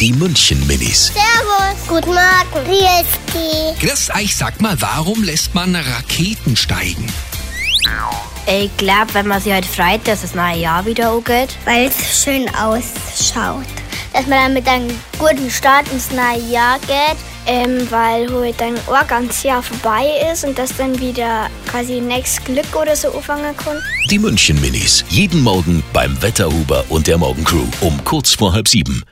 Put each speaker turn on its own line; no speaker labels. Die München Minis.
Servus. Guten Morgen. Wie
Chris, ich sag mal, warum lässt man Raketen steigen?
Ich glaube, wenn man sich halt freut, dass das neue Jahr wieder angeht.
Weil es schön ausschaut. Dass man dann mit einem guten Start ins neue Jahr geht. Ähm, weil halt dann auch ganz Jahr vorbei ist und das dann wieder quasi nächstes Glück oder so anfangen kann.
Die München Minis. Jeden Morgen beim Wetterhuber und der Morgencrew um kurz vor halb sieben.